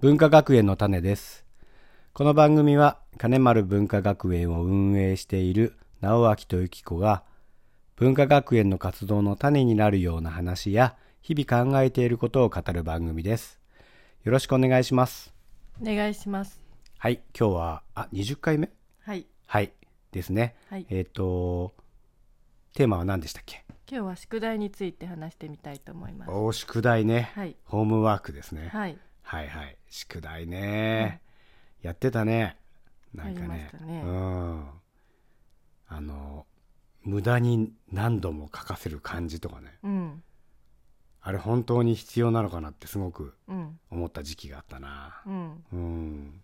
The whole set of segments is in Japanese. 文化学園の種ですこの番組は金丸文化学園を運営している直明とゆき子が文化学園の活動の種になるような話や日々考えていることを語る番組ですよろしくお願いしますお願いしますはい今日はあ20回目はいはいですねはいえっ、とテーマは何でしたっけ今日は宿題について話してみたいと思いますお宿題ね、はいホームワークですね、はいはいはい宿題ね、やってたねなんかやりまねしたねうんあの無駄に何度も書かせる感じとかねうんあれ本当に必要なのかなってすごくうん思った時期があったなうんうん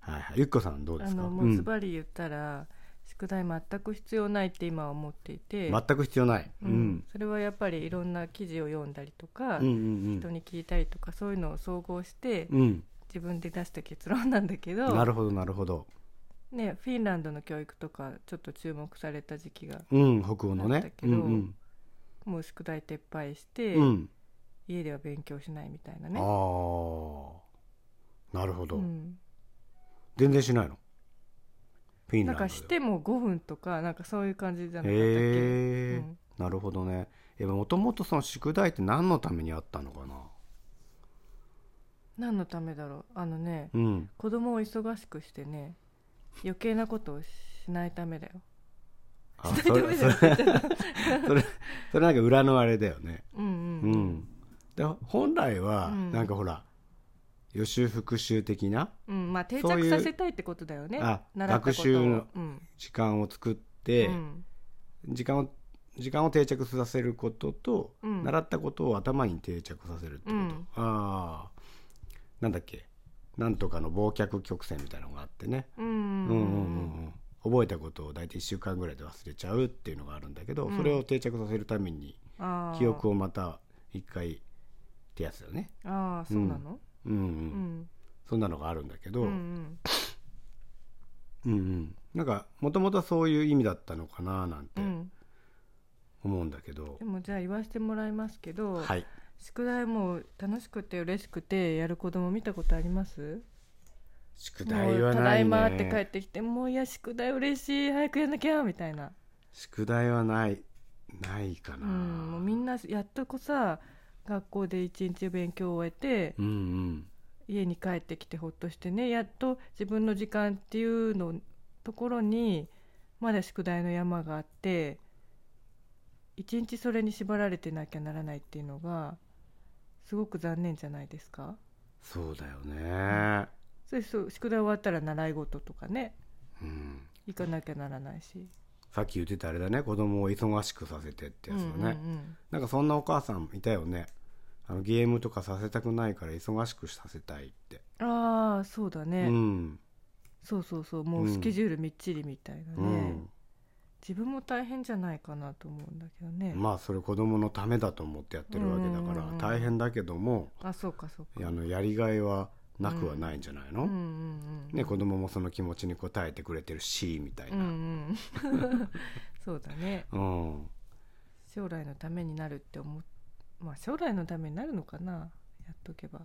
はいはいゆっこさんどうであすかのうもうんズバリ言ったら、宿題全く必要ないって今は思っていて、全く必要ない、ううんん、、それはやっぱりいろんな記事を読んだりとか、うんうん人に聞いたりとかそういうのを総合して、うんうん自分で出した結論なんだけどなるほどなるほどね、フィンランドの教育とかちょっと注目された時期がうん北欧のなんだねけうんどうんもう宿題撤廃して、うん家では勉強しないみたいなあねあ。なるほど、うん全然しないのフィンラなンんドではかしても5分とかなんかそういう感じじゃなかったっけ、へえ、うんなるほどねえもともとその宿題って何のためにあったのかな何のためだろうあのねうん子供を忙しくしてね余計なことをしないためだよあそれそれそれそれなんか裏のあれだよね うんう、うんん、で本来はうんなんかほら、予習復習的なうんまあ定そうい着うさせたいってことだよねあ習っ学たことを習のうん時間を作っうて、ん時間を時間を定着させることと、うん習ったことを頭に定着させるってこと、うんああなんだっけなんとかの忘却曲線みたいなのがあってね、うんううんんううんんうんうん、覚えたことを大体1週間ぐらいで忘れちゃうっていうのがあるんだけど、うんそれを定着させるためにあー記憶をまた一回ってやつだよね、ああそうなのうんうんうんそんなのがあるんだけど、ううんうんんうんなんかもともとそういう意味だったのかななんうてん思うんだけどで、もじゃあ言わせてもらいますけど、はい宿題も楽しくて嬉しくてやる子供見たことあります宿題はもうただないいまって帰っねてきてもういや宿題嬉しい早くやんなきゃみたいな、宿題はないないかうな、ん、もうみんなやっとこさ学校で一日勉強を終えてうんうん家に帰ってきてほっとしてねやっと自分の時間っていうのところにまだ宿題の山があって一日それに縛られてなきゃならないっていうのがすごく残念じゃないですかそうだよねそれそう宿題終わったら習い事とかねうん行かなきゃならないし。さっき言ってたあれだね子供を忙しくさせてってやつだね、うんうんうんなんかそんなお母さんいたよねあのゲームとかさせたくないから忙しくさせたいって、ああそうだね、うん、そうそうそうもううんスケジュールみっちりみたいなね、うん自分も大変じゃないかなと思うんだけどね、まあそれ子供のためだと思ってやってるわけだからうんうんうん大変だけどもあそうかそうかあのやりがいはなくはないんじゃないの、うんうんうんね、子供もその気持ちに応えてくれてるしみたいうんうな、ん そうだねうん将来のためになるって思っまあ将来のためになるのかなやっとけば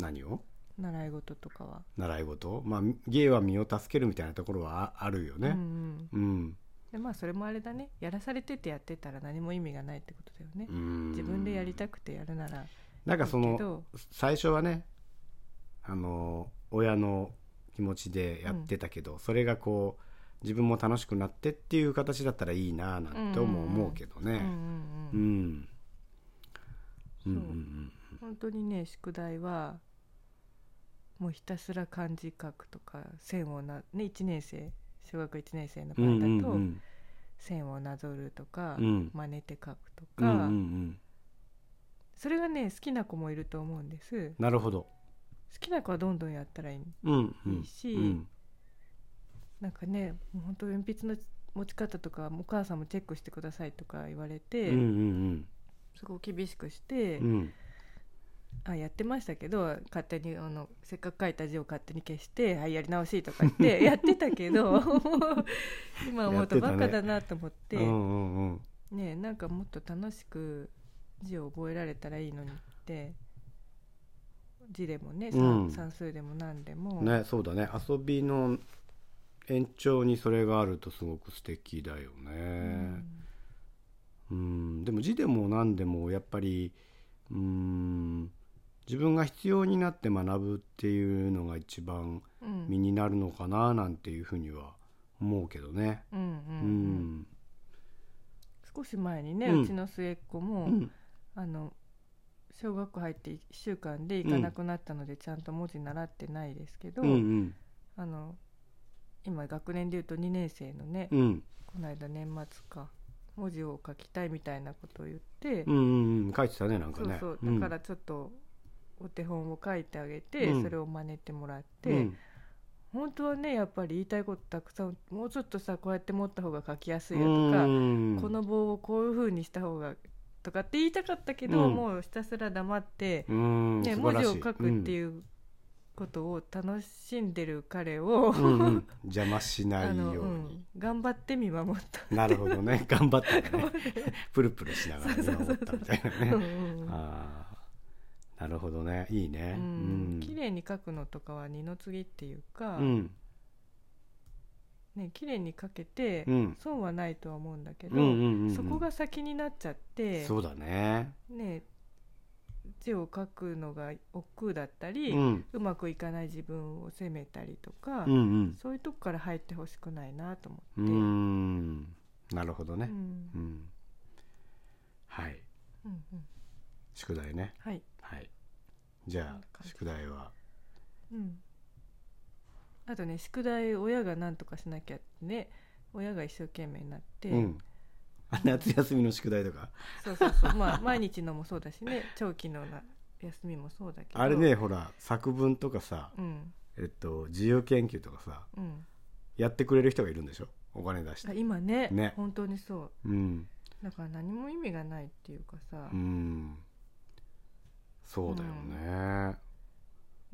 何を習い事とかは習い事まあ芸は身を助けるみたいなところはああるようんうね、んうんでまあそれもあれだねやらされててやってたら何も意味がないってことだよね、うん自分でやりたくてやるならいいなんかそのけど最初はねあの親の気持ちでやってたけど、それがこう自分も楽しくなってっていう形だったらいいななんてもうんうんうん思うけどうんうんねうんうんうんうそうん本当にね宿題はもうひたすら漢字書くとか線をな、ね、1年生小学1年生のう場んう合んうんだと線をなぞるとか、うん真似て書くとうんうんか、うんそれがね好きな子もいると思うんですなるほど好きな子はどんどんやったらいいうんうんいいしうんなんかねもう本当鉛筆の持ち方とかお母さんもチェックしてくださいとか言われうて、んうんすごい厳しくして、うんうんあやってましたけど勝手にあのせっかく書いた字を勝手に消して「はいやり直し」とか言っ てやってたけど今思うとバカだなと思ってうんうんうんねえなんかもっと楽しく字を覚えられたらいいのにって字でもね、うん算数でも何でも、ねそうだね遊びの延長にそれがあるとすごく素敵だようねんうん、でも字でも何でもやっぱりうん自分が必要になって学ぶっていうのが一番うん身になるのかななんていうふうには思うけどねうんうんううんん少し前にね、うんうちの末っ子も、うんあの小学校入って1週間で行かなくなったので、ちゃんと文字習ってないですけど、うんうんあの今学年でいうと2年生のね、うんこの間年末か文字を書きたいみたいなことを言って、うんうんうん書いてたねなんかそうねそううんだからちょっとお手本を書いてあげて、うんそれを真似てもらって、うん本当はねやっぱり言いたいことたくさんもうちょっとさこうやって持った方が書きやすいよとか、うんこの棒をこういう風にした方がとかって言いたかったけど、うんもうひたすら黙って、うんね、素文晴らし字いを書くってういうことを楽しんでる彼を、んうんうん邪魔しなあいよのううにん頑張って見 守った。なるほどね頑張った頑張ねってプルプルしながら見守ったみたいなうんねうんうんあーなるほどねいいねううんん綺麗に書くのとかは二の次っていうか、うんね綺麗に書けて、うん損はないとは思うんだけど、うんうんうんうんそこが先になっちゃって、そうだねね字を書くのが億劫だったうり、うんまくいかない自分を責めたりとか、うんうんそういうとこから入ってほしくないなと思うって、んなるほどうねんうんはいうんうん宿題ねはい、はいじこんゃなあ感じ宿題はうん、あとね宿題親が何とかしなきゃってね親が一生懸命になって、うんあ夏休みの宿題とかそうそうそうまあ毎日のもそうだしね長期のな休みもそうだけどあれねほら作文とかさうんえっと自由研究とかさうんやってくれる人がいるんでしょお金出しあて今ねね本当にそううんだから何も意味がないっていうかさ、うんそうだよね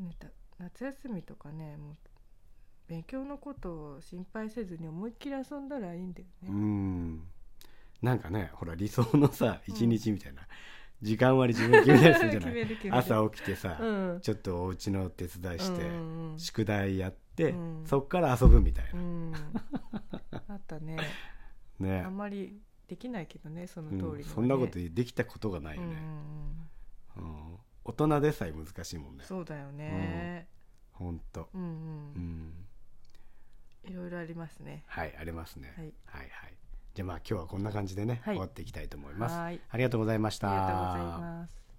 ねた夏休みとかねもう勉強のことを心配せずに思いっきり遊んだらいいんだようん、ね、なんかねほら理想のさうん一日みたいな、時間割り自分で決めたりする 決じゃなめいる決める朝起きてさ、うんちょっとお家の手伝いして、うん宿題やって、うんそっから遊ぶみたいうんうな、ん、うんあったねねあんまりできないけどねそうの通りんにはねそんなことできたことがないようんうね、んうん大人でさえ難しいもんうんねそうだよね、ほんと、うんううんん、いろいろありますね。はいありますね、はい。はいはいじゃあまあ今日はこんな感じでね、はい終わっていきたいと思いますはいありがとうございましあたりがとうございます。